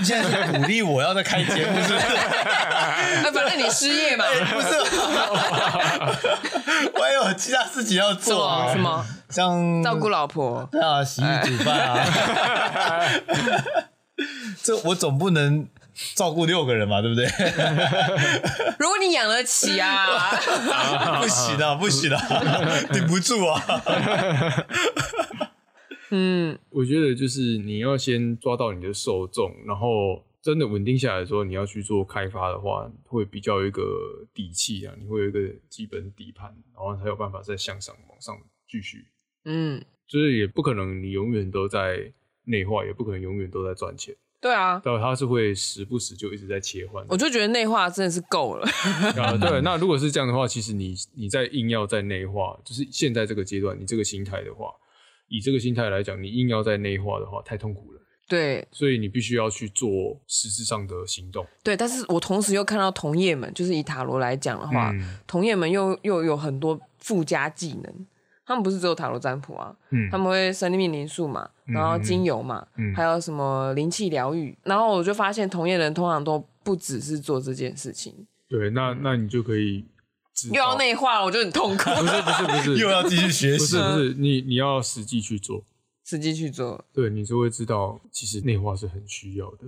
现在是鼓励我要再开节目是不 是？哎，反正你失业 嘛，不 是，我还有其他事情要什做么啊什， 么像照顾老婆，对啊，洗衣煮饭啊， 这我总不能照顾六个人嘛，对不对？如果你养得起 啊，不行啊，不行啊，顶不住啊。嗯，我觉得就是你要先抓到你的受众，然后真的稳定下来之后，你要去做开发的话，会比较有一个底气啊，你会有一个基本底盘，然后才有办法再向上往上继续。嗯，就是也不可能你永远都在内化，也不可能永远都在赚钱，对啊，但它是会时不时就一直在切换。我就觉得内化真的是够了，啊，对，那如果是这样的话，其实你你在硬要在内化，就是现在这个阶段，你这个心态的话，以这个心态来讲，你硬要在内化的话，太痛苦了。 对所以你必须要去做实质上的行动。对，但是我同时又看到同业们，就是以塔罗来讲的话，嗯同业们又又有很多附加技能。他们不是只有塔罗占卜啊，嗯他们会生命灵数嘛，然后精油嘛，嗯还有什么灵气疗愈。然后我就发现同业人通常都不只是做这件事情，对，那那你就可以知又要道，内化了，我就很痛苦。哦 不是不是不 是又要继续学不习是，不是你你要实际去做，实际去做，对你就会知道，其实内化是很需要的。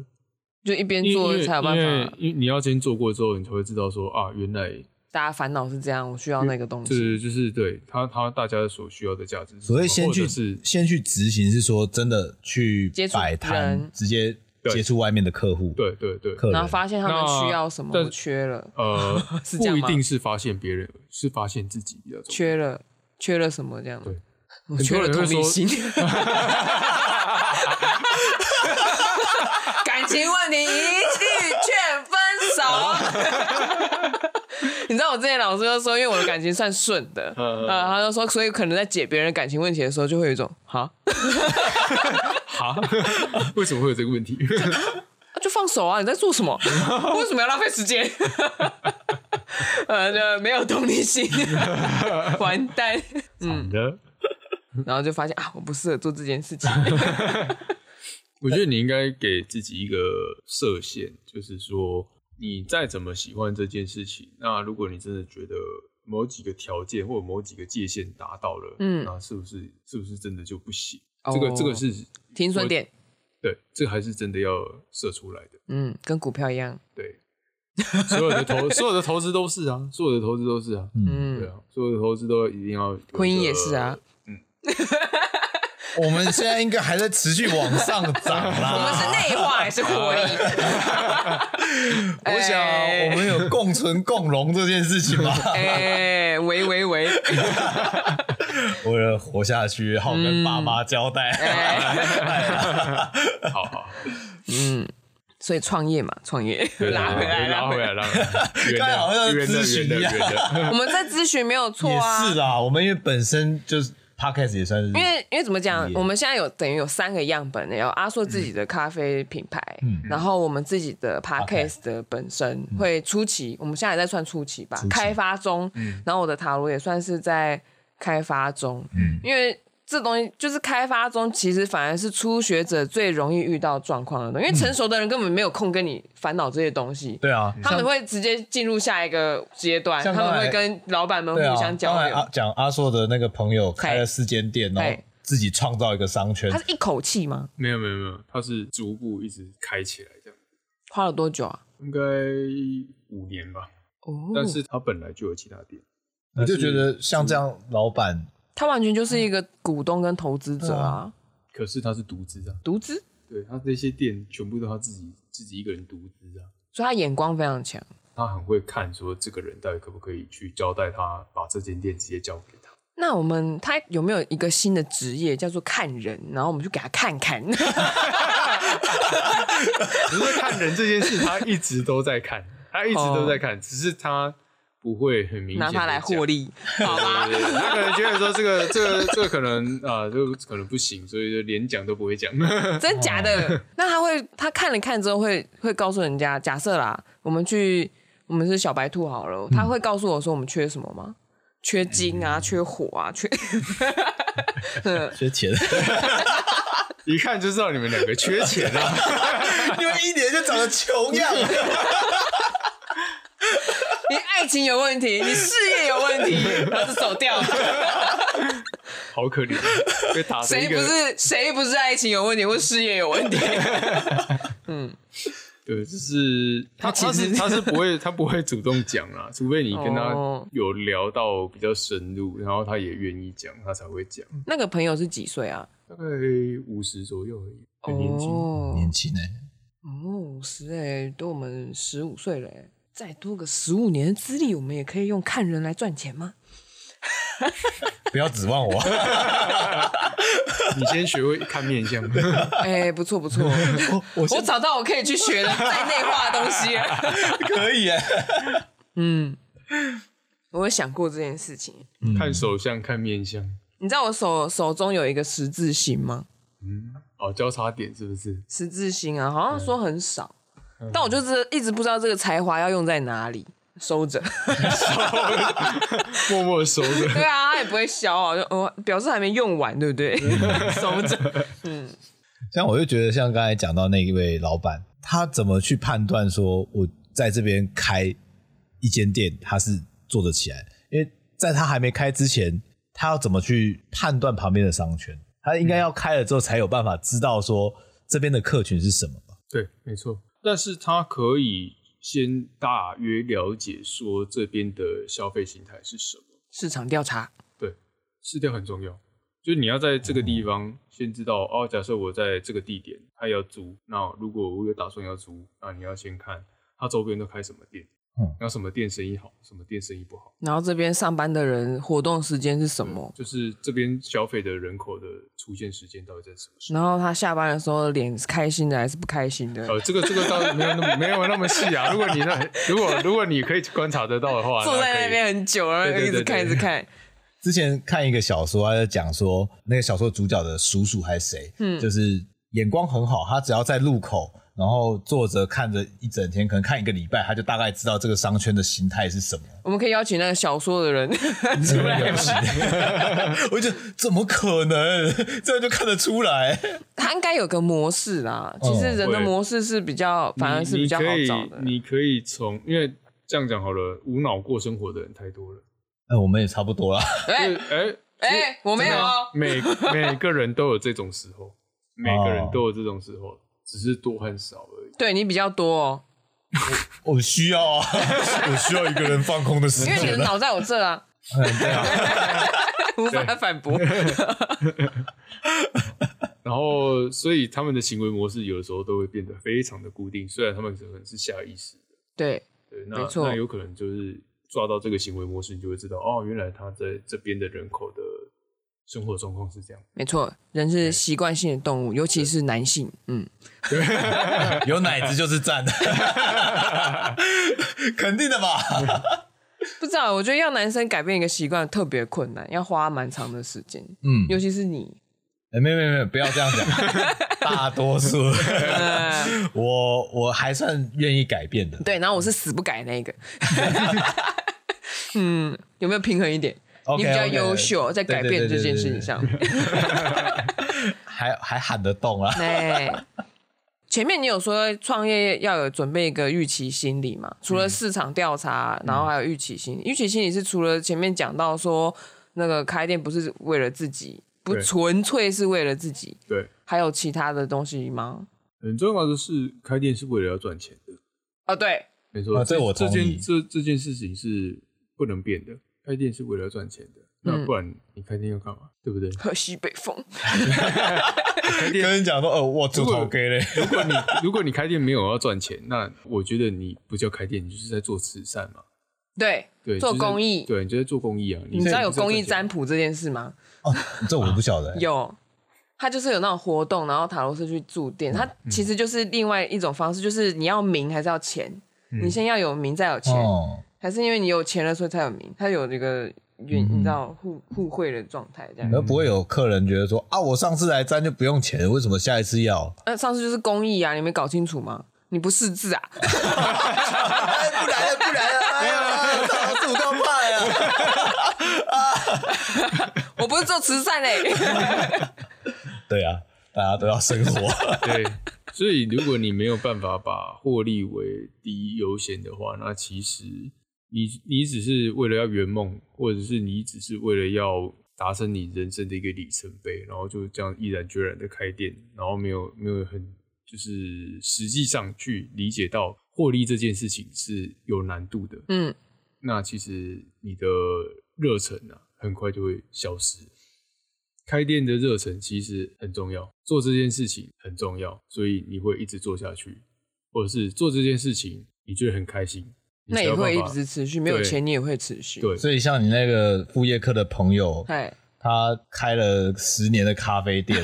就一边因做为才有办因为法。嗯因为你要先做过之后，你才会知道说啊，原来大家烦恼是这样，我需要那个东就西。是就是对他他大家所需要的价值是什么，所以先或者去是先去执行，是说真的去接触摆摊人，直接对接触外面的客户，对对对，客然后人。发现他们那需要什么，但我缺了，呃， 是这不样一吗定是发现别人，是发现自己比较重要。缺了，缺了什么这样吗对？我缺了同理心。 感情问题一律劝分手。 你知道我之前老师就说，因为我的感情算顺的，嗯呃，他就说，所以可能在解别人的感情问题的时候，就会有一种哈、啊哈， 为什么会有这个问题？啊就放手啊！你在做什么？ 为什么要浪费时间？ 呃，就没有同理心， 完蛋。 惨的，然后就发现啊，我不适合做这件事情。 我觉得你应该给自己一个设限，就是说你再怎么喜欢这件事情，那如果你真的觉得某几个条件或者某几个界限达到了，嗯那是不是是不是真的就不行？哦这个这个是停损点，对，这个还是真的要设出来的。嗯，跟股票一样，对，所有的投所有的投资都是啊，所有的投资都是啊，对嗯，啊，所有的投资都一定要有一个婚姻也是啊，我们现在应该还在持续往上涨啊我们是啦。内化还是活力？我想 哎我们有共存共荣这件事情 吧， 哎，喂喂喂，为了活下去，好跟爸妈交代。 哎，好好，嗯，所以创业嘛，创业对啊拉回来，拉拉回回来。来，拉回来，刚才好像圆的咨询圆的一圆样的圆的，我们在咨询没有错也啊，是啦，我们因为本身就是 podcast 也算是，因为因为怎么讲，嗯也我们现在有等于有三个样本，有阿硕自己的咖啡品牌，嗯然后我们自己的 podcast 的本身会初期，我们现在也在算初期吧，期开发中，然后我的塔罗也算是在开发中，嗯因为。这东西就是开发中，其实反而是初学者最容易遇到状况的东西，因为成熟的人根本没有空跟你烦恼这些东西，嗯对啊，他们会直接进入下一个阶段，他像刚才们会跟老板们对啊互相，刚交才流阿，讲阿硕的那个朋友开了四间店，然后嘿自己创造一个商圈他，是一口气吗？没有没有没有，它是逐步一直开起来这样，花了多久啊？应该五年吧，哦，但是它本来就有其他店，我就觉得像这样老板他完全嗯就是一个股东跟投资者啊，可是它是独资啊，独资，对，它这些店全部都他自己自己一个人独资啊。所以他眼光非常强。他很会看，说这个人到底可不可以去交代他把这间店直接交给他。那我们他有没有一个新的职业叫做看人，然后我们就给他看看？ 只是看人这件事，他一直都在看，他一直都在看，只是他不会很明显哦拿他来获利。利，好吧？对对对他可能觉得说这个这个这个可能啊，就可能不行，所以就连讲都不会讲。真假嗯的？那他会他看了看之后会会告诉人家，假设啦，我们去我们是小白兔好嗯了，他会告诉我说我们缺什么吗？缺金啊，缺火啊，缺 缺 钱， 一看就知道你们两个缺钱啊！因为一年就长得穷 样，你爱情有问题，你事业有问 题，然后就走掉了。 好可怜，被打成一谁个不是谁不是爱情有问题或事业有问题？对，就是他他他其是实他是不会他 不会主动讲啦，除非你跟他哦有聊到比较深入，然后他也愿意讲，他才会讲。 那个朋友是几岁啊？大概五十左右而已， 很年轻。哦年轻哎，哦，五十哎，都我们十五岁了哎，再多个十五年的资历，我们也可以用看人来赚钱吗？不要指 望我，你先学会看 面相， 嗯哎，不错不错，我我 我找到我可以去学的在内化的东西了。可以哎，嗯， 我有想过这件事情。看手相，看面相。你知道我手手中有一个十字星吗？嗯，哦，交叉点是不是？ 十嗯字星啊，好像说很少，但我就是一直不知道这个才华要用在哪里。收着。默默收着。对啊，它也不会消啊，就哦，表示还没用完，对不 对？收着。像我就觉得，像刚才讲到那一位老板，他怎么去判断说我在这边开一间店，他是做得起来？因为在他还没开之前，他要怎么去判断旁边的商圈？他应该要开了之后才有办法知道说这边的客群是什么吧？ 对，没错。但是他可以先大约了解说这边的消费形态是什么，市场调查，对，市调很重要。就是你要在这个地方先知道哦，假设我在这个地点，他要租，那如果我有打算要租，那你要先看他周边都开什么店，嗯然后什么店生意好，什么店生意不好，然后这边上班的人活动时间是什么？就是这边消费的人口的出现时间到底在什么时候？然后他下班的时候脸是开心的还是不开心的？呃，这个这个倒是没有那么没有那么细啊。如果你那如果如果你可以观察得到的话，坐在可以那边很久，然后对一对直对看，一对直看。之前看一个小说，他就讲说，那个小说主角的叔叔还是谁，嗯，就是眼光很好，他只要在路口，然后坐着看着一整天，可能看一个礼拜，他就大概知道这个商圈的形态是什么。我们可以邀请那个小说的人 出 来吗？ 我就怎么可能？这样就看得出来？他应该有个模式啦。其实人的会模式是比较，反而是比较好找的。你你可以你可以从，因为这样讲好了，无脑过生活的人太多了。那我们也差不多啦。就是哎哎哎，我没有哦。每每个人都有这种时哦候，每个人都有这种时候，只是多和少而已。对你比较多哦，我需要啊，我需要一个人放空的时因为你的间啊。脑在我这 啊，无法反驳。然后，所以他们的行为模式有的时候都会变得非常的固定，虽然他们可能是下意识的。对，对，那没错那有可能就是抓到这个行为模式，你就会知道哦，原来他在这边的人口的生活状况是这样。没错，人是习惯性的动物，尤其是男性。嗯，有奶子就是赞，肯定的吧？不知道，我觉得要男生改变一个习惯特别困难，要花蛮长的时间。嗯，尤其是你，哎没有没有没有，不要这样讲。 大多数，呃，我我还算愿意改变的。 对，然后我是死不改那一个。 嗯，有没有平衡一点？你 OK，比较优秀，在改变这件事情，上面。还还喊得动啊？哎， 前面你有说创业要有准备一个预期心理嘛？除了市场调查，然后还有预期心理。预期心理是除了前面讲到说那个开店不是为了自己，不对纯粹是为了自己，对，还有其他的东西吗？很重要的是，开店是为了要赚钱的。哦，对，没错，啊这我这同意件这这件事情是不能变的。开店是为了赚钱的，嗯那不然你开店要干嘛？对不对？喝西北风，跟你讲说，呃，我猪头给嘞，如果你如果你开店没有要赚钱，那我觉得你不叫开店，你就是在做慈善嘛。对，对，做就是在公益对，你就在做公益啊。你知道有公益占占卜这件事吗？哦，这我不晓得。有，他就是有那种活动，然后塔罗斯去驻店，他其实就是另外一种方式，就是你要名还是要钱？你先要有名再有钱，哦，还是因为你有钱了所以才有名？他有这个运，你知道互互惠的状态这样。而不会有客人觉得说啊，我上次来沾就不用钱，为什么下一次要？那、上次就是公益啊，你没搞清楚吗？你不识字啊？哎，不来了，不来了，哎呀，老祖宗派啊！我不是做慈善嘞、对啊，大家都要生活。 对，所以如果你没有办法把获利为第一优先的话，那其实你你只是为了要圆梦，或者是你只是为了要达成你人生的一个里程碑，然后就这样毅然决然的开店，然后没有没有很就是实际上去理解到获利这件事情是有难度的， 嗯，那其实你的热忱啊，很快就会消失。开店的热忱其实很重要，做这件事情很重要，所以你会一直做下去，或者是做这件事情你觉得很开心，你那才也有会办一法直持续，没有对钱你也会持续。对所以像你那个副业课的朋友，哎，他开了十年的咖啡店，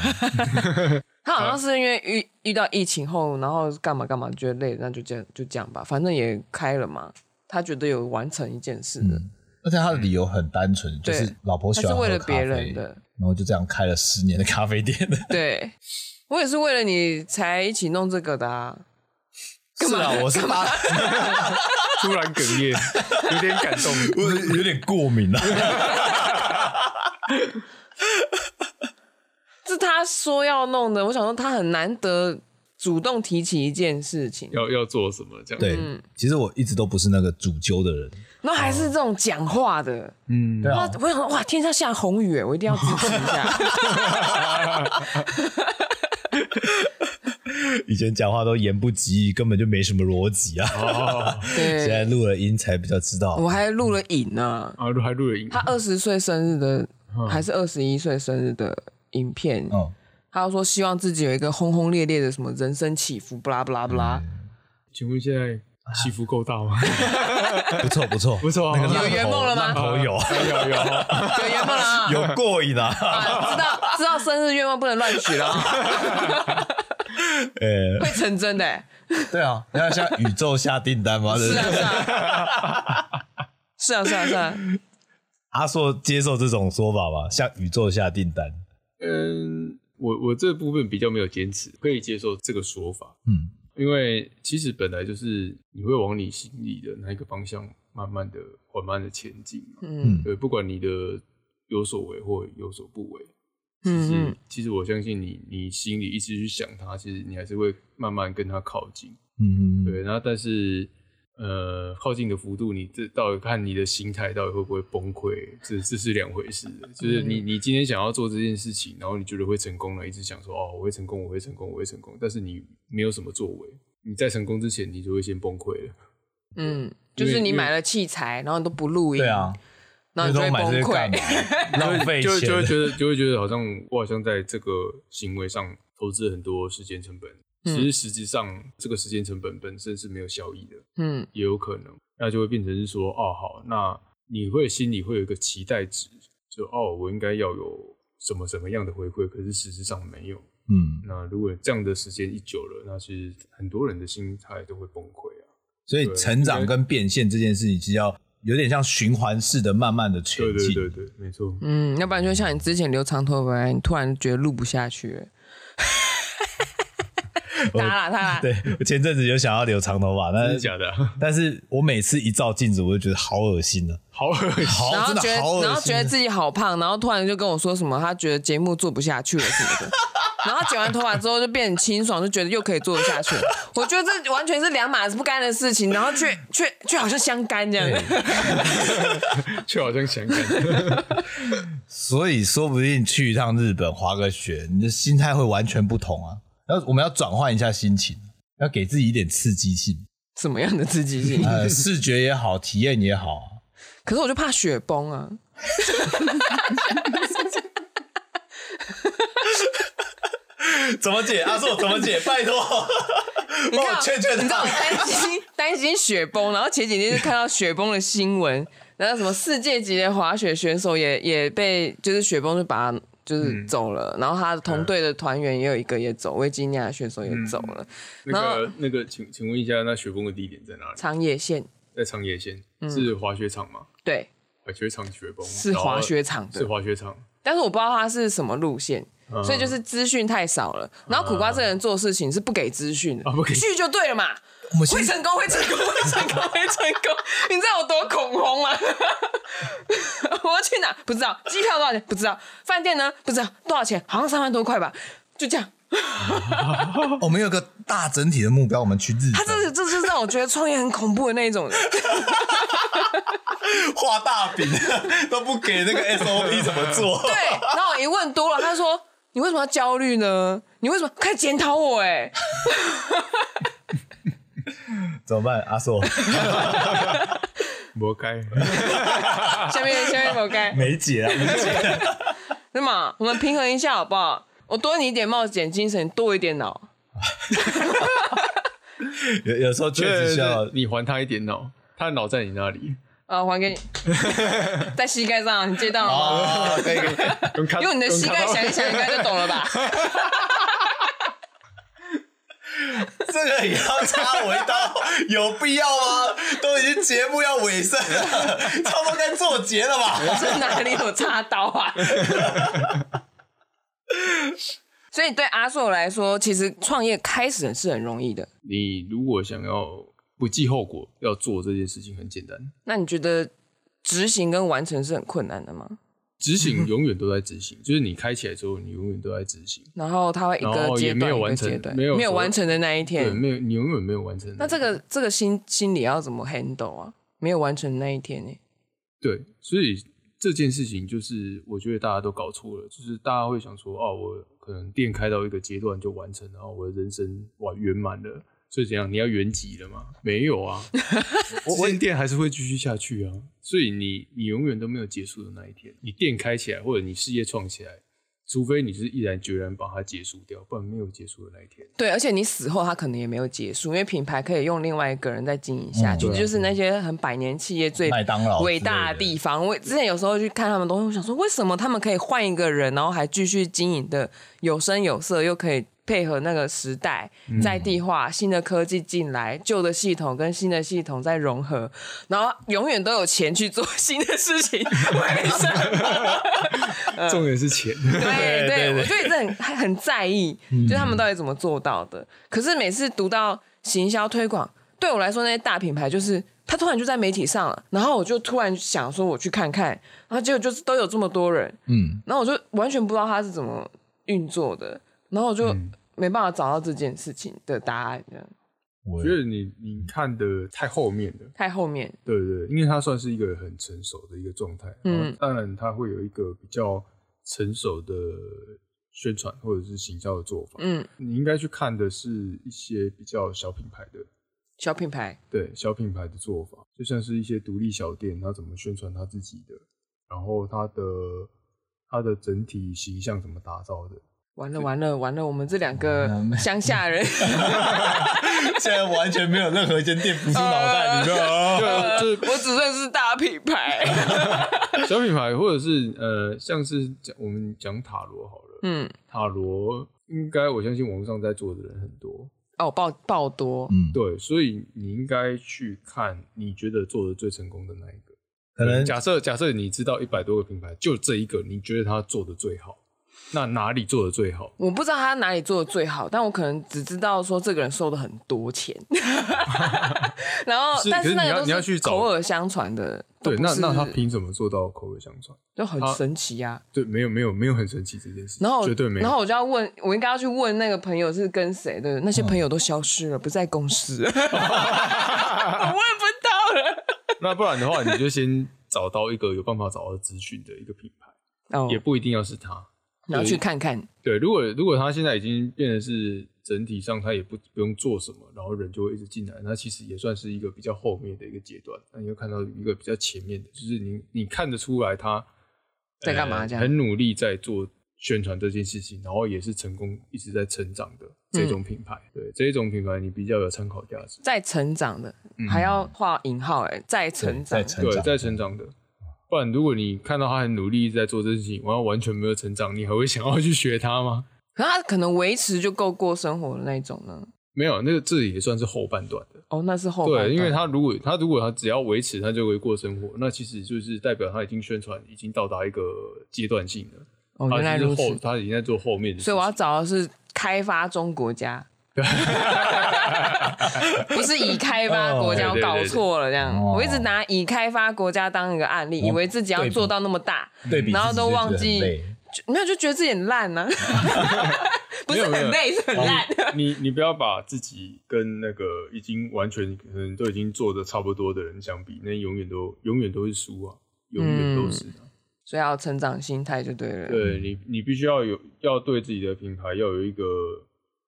他好像是因为遇遇到疫情后，然后干嘛干嘛觉得累，那就这样就这样吧，反正也开了嘛。他觉得有完成一件事的，而且他的理由很单纯，就是老婆嗯喜他是欢喝为了咖别啡，人的。然后就这样开了十年的咖啡店。 对，我也是为了你才一起弄这个的啊。 是啊，我是发，突然哽咽，有点感动。我有点过敏啊。是他说要弄的，我想说他很难得主动提起一件事情，要要做什么这样？对，其实我一直都不是那个主揪的人。然后还是这种讲话的，嗯，对哇、啊，我想说哇，天下下红雨，欸我一定要支持一 下。以前讲话都言不及义，根本就没什么逻辑啊。哦， 现在对，录了音才比较知道。我还录了影呢、啊，录还录了影，他二十岁生日的，还是二十一岁生日的影片，嗯，他就说希望自己有一个轰轰烈烈的什么人生起伏，不啦不啦不啦，嗯请问现在起伏 够大吗？不错不错，不错啊，有圆梦了吗？头 有有有有，有圆梦了啊，有过瘾啊。啊知道知道生日愿望不能乱许了啊， 呃，会成真的、欸。对啊，你要向宇宙下订单吗？对不是对啊，是啊， 是啊，是啊，是啊，阿硕接受这种说法吗？向宇宙下订单？嗯，我我这部分比较没有坚持，可以接受这个说法，嗯，因为其实本来就是你会往你心里的那一个方向慢慢的、缓慢的前进嘛。嗯嗯对，不管你的有所为或有所不为，其实、嗯嗯，其实我相信你，你心里一直去想它，其实你还是会慢慢跟它靠近。嗯，对，那但是呃，靠近的幅度，你这到底看你的心态到底会不会崩溃，这这是两回事的。就是你你今天想要做这件事情，然后你觉得会成功了，一直想说哦，我会成功，我会成功，我会成功，但是你没有什么作为，你在成功之前，你就会先崩溃了。嗯，就是你买了器材，然后你都不录音，对啊，，然那后你就时候会买这崩些干嘛溃。？浪费就就会钱。觉得就会觉得好像我好像在这个行为上投资了很多时间成本，嗯其实实际上这个时间成本本身是没有效益的，嗯也有可能，那就会变成是说，哦好，那你会心里会有一个期待值，就哦我应该要有什么什么样的回馈，可是实质上没有。嗯，那如果这样的时间一久了，那其实很多人的心态都会崩溃啊。所以成长跟变现这件事情，其实要有点像循环式的，慢慢的前对对进。对对，没错。嗯，要不然就像你之前留长头发，你突然觉得录不下去 了。他啦他啦，对我前阵子有想要留长头发，真但的是假的啊？ 但是我每次一照镜子，我就觉得好恶心啊，好恶心！好然后真觉的好恶得心啊。然后觉得自己好胖，然后突然就跟我说什么，他觉得节目做不下去了什么的。然后剪完头发之后就变很清爽，就觉得又可以做得下去了。我觉得这完全是两码子不干的事情，然后却却却好像相干这样。却好像 想看。所以说不定去一趟日本滑个雪，你的心态会完全不同啊。然后我们要转换一下心情，要给自己一点刺激性， 什么样的刺激性？ 呃，视觉也好，体验也好啊。可是我就怕雪崩啊！怎么解？阿硕怎么解？拜托，你帮看我我，劝劝你知道他我。担 心担心雪崩，然后前几天就看到雪崩的新闻， 然后什么世界级的滑雪选手也也被就是雪崩就把他就是走了，嗯然后他同队的团员也有一个也走，维吉尼亚的选手嗯也走了，那然个那个，请请问一下，那雪崩的地点在哪里？长野县在长野县，是滑雪场吗？对滑雪场雪崩嗯是滑雪，场然后是的，滑雪场。但是我不知道他是什么路线。嗯所以就是资讯太少了，然后苦瓜这个人做事情是不给资讯的啊不，给去就对了嘛，我们会先成功，会成功，会成功，会成功！你知道我多恐慌吗？ 我要去哪？不知道。机票多少钱？不知道。饭店呢？不知道多少钱？好像三万多块吧。就这样。我们有个大整体的目标，我们去日他这本嗯是这是让我觉得创业很恐怖的那一 种人。画大饼， 都不给那个 SOP 怎么做。对，然后我一问多了，他说：“你为什么要焦虑呢？你为什么快检讨我、欸？”哎，怎么办？阿硕 摩开，下面下面我该没解 啊，无解那么我们平衡一下好不好？我多你一点冒险精神，多一点脑。有有时候确实需要对对对你还他一点脑，他的脑在你 那里，啊，还 给你，在膝盖上，你接到了吗？啊，可以可以。用看用你的膝盖想一用看想，应该就懂了吧？哦这个也要插我一刀，有必要吗？都已经节目要尾声了，差不多该做结了吧？ 这哪里有插刀啊？所以对阿硕来说，其实创业开始是很容易的。 你如果想要不计后果要做这件事情，很简单，那你觉得执行跟完成是很困难的吗？执行永远都在执行，就是你开起来之后，你永远都在执 行。然后他会一然个后阶哦也没段有一个完成阶段，没有没有说完成的那一对，天。没有，你永远没有完成。那这个这个心心理要怎么 handle 啊？没有完成那一天呢、对，所以这件事情就是我觉得大家都搞错了，就是大家会想说，哦，我可能店开到一个阶段就完成了，然后我的人生哇圆满了，所以怎样？你要圆寂了吗？没有啊，我我店还是会继续下去啊，所以你你永远都没有结束的那一天，你店开起来或者你事业创起来。除非你是毅然决然把它结束掉，不然没有结束的那一天。对，而且你死后，他可能也没有结束，因为品牌可以用另外一个人再经营下去，嗯对啊这就是那些很百年企业最麦当劳之类的伟大的地方。我之前有时候去看他们东西，我想说，为什么他们可以换一个人，然后还继续经营的有声有色，又可以配合那个时代嗯在地化，新的科技进来，旧的系统跟新的系统在融合，然后永远都有钱去做新的事情， 为什么？重点是钱， 对对嗯对，对我对这很很在意，就他们到底怎么做到的。可是每次读到行销推广，对我来说那些大品牌就是。他突然就在媒体上了，然后我就突然想说我去看看，然后结果就是都有这么多人，嗯，然后我就完全不知道他是怎么运作的，然后我就嗯没办法找到这件事情的答案，这样我我觉得你你看的太后面了。太后面，对对，因为它算是一个很成熟的一个状态，嗯嗯，当然它会有一个比较成熟的宣传或者是行销的做法。嗯，你应该去看的是一些比较小品牌的，小品牌，对小品牌的做法，就像是一些独立小店，它怎么宣传它自己的，然后它的它的整体形象怎么打造的，完了完了完了，我们这两个完了乡 下人，现在完全没有任何一间店呃浮出脑袋，你知道吗？对，啊就是我只认识大品牌，小品牌，或者是呃，像是讲我们讲塔罗好了，嗯，塔罗应该我相信网络上在做的人很多，哦，爆爆多， 嗯，对，所以你应该去看你觉得做的最成功的那一个。可能假设假设你知道一百多个品牌，就这一个你觉得他做的最好，那哪里做的最好？我不知道他哪里做的最好，但我可能只知道说这个人收的很多 钱，然后是但可是那你个要都你要去找口耳相传的，对，都不那是那他凭什么做到口耳相传？就很他神奇啊。对，没有没有没有很神奇这件事，然后绝对没有。然后我就要问，我应该要去问那个朋友是跟谁的，那些朋友都消失了，不在公 司， 我问不到了。那不然的话，你就先找到一个有办法找到资讯的一个品牌，哦也，不一定要是他。然后去看看，对，如果如果他现在已经变得是整体上他也不不用做什么，然后人就会一直进来，那其实也算是一个比较后面的一个阶段。那你会看到一个比较前面的，就是你你看得出来他呃在干嘛这样很努力在做宣传这件事情，然后也是成功一直在成长嗯的这种品牌。对，这种品牌你比较有参考价值。在成长的，还要画引号哎、在成长在，成对，长，在成长的。不然，如果你看到他很努力在做这件事情，然后完全没有成长，你还会想要去学他吗？可是他可能维持就够过生活的那一种呢。没有，那个这也算是后半段的。哦，那是后半对，因为段他如果他如果他只要维持，他就会过生活，那其实就是代表他已经宣传已经到达一个阶段性了。哦他原来就是如此后，他已经在做后面的事情。所以我要找的是开发中国 家，不是已开发国家，哦我对对对搞错了这样。哦我一直拿已开发国家当一个案例，以为自己要做到那么大，对比，然后都忘记，就没有就觉得自己很烂 呢，不是没有哦很累，是很烂。你你不要把自己跟那个已经完全可能都已经做的差不多的人相比，那永远都永远都是输啊，永远都嗯是啊、所以要有成长心态就对了。对你，你必须要有要对自己的品牌要有一个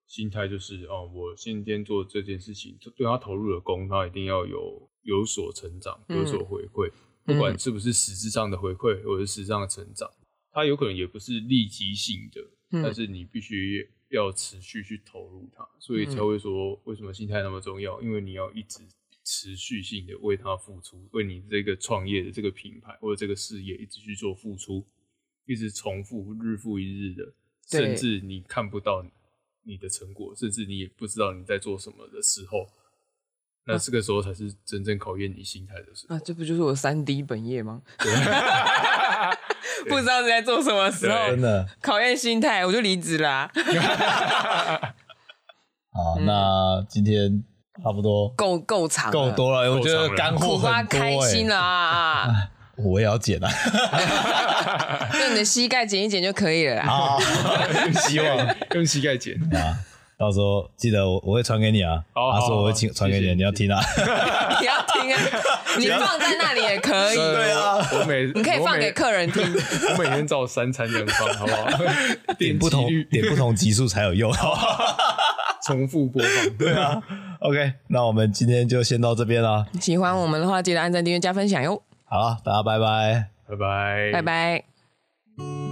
心态，就是哦，我今天做这件事情，对他投入的功，他一定要有有所成长，嗯有所回馈，不管是不是实质上的回馈，或者是实质上的成长，它有可能也不是立即性的，嗯但是你必须要持续去投入它，所以嗯才会说为什么心态那么重要，因为你要一直。持续性的为它付出，为你这个创业的这个品牌或者这个事业一直去做付出，一直重复日复一日的，对甚至你看不到你的成果，甚至你也不知道你在做什么的时候，啊那这个时候才是 真正考验你心态的时候。啊，这不就是我三 D 本业吗？ 不知道你在做什么时候，对真的考验心态，我就离职啊啦、好，那今天差不多够够长，够，多了，我觉够得长了干货苦很多、瓜欸。开心了啊！我也要剪啊！用你的膝盖剪一剪就可以了 啦。好，希望用膝盖剪。 到时候记得我我会传给你啊。好好他说我会好请传给谢你，谢你要听啊。你要听啊，你放在那里也可以，对啊，我每 你可以放给客人听。 我每，我每天照三餐这样放，好不好？ 点点不同击率点不同级数才有 用。重复播放，对啊， OK，那我们今天就先到这边啦。喜欢我们的话，记得按赞、订阅、加分享哟，好了，大家拜拜。拜拜，拜。拜。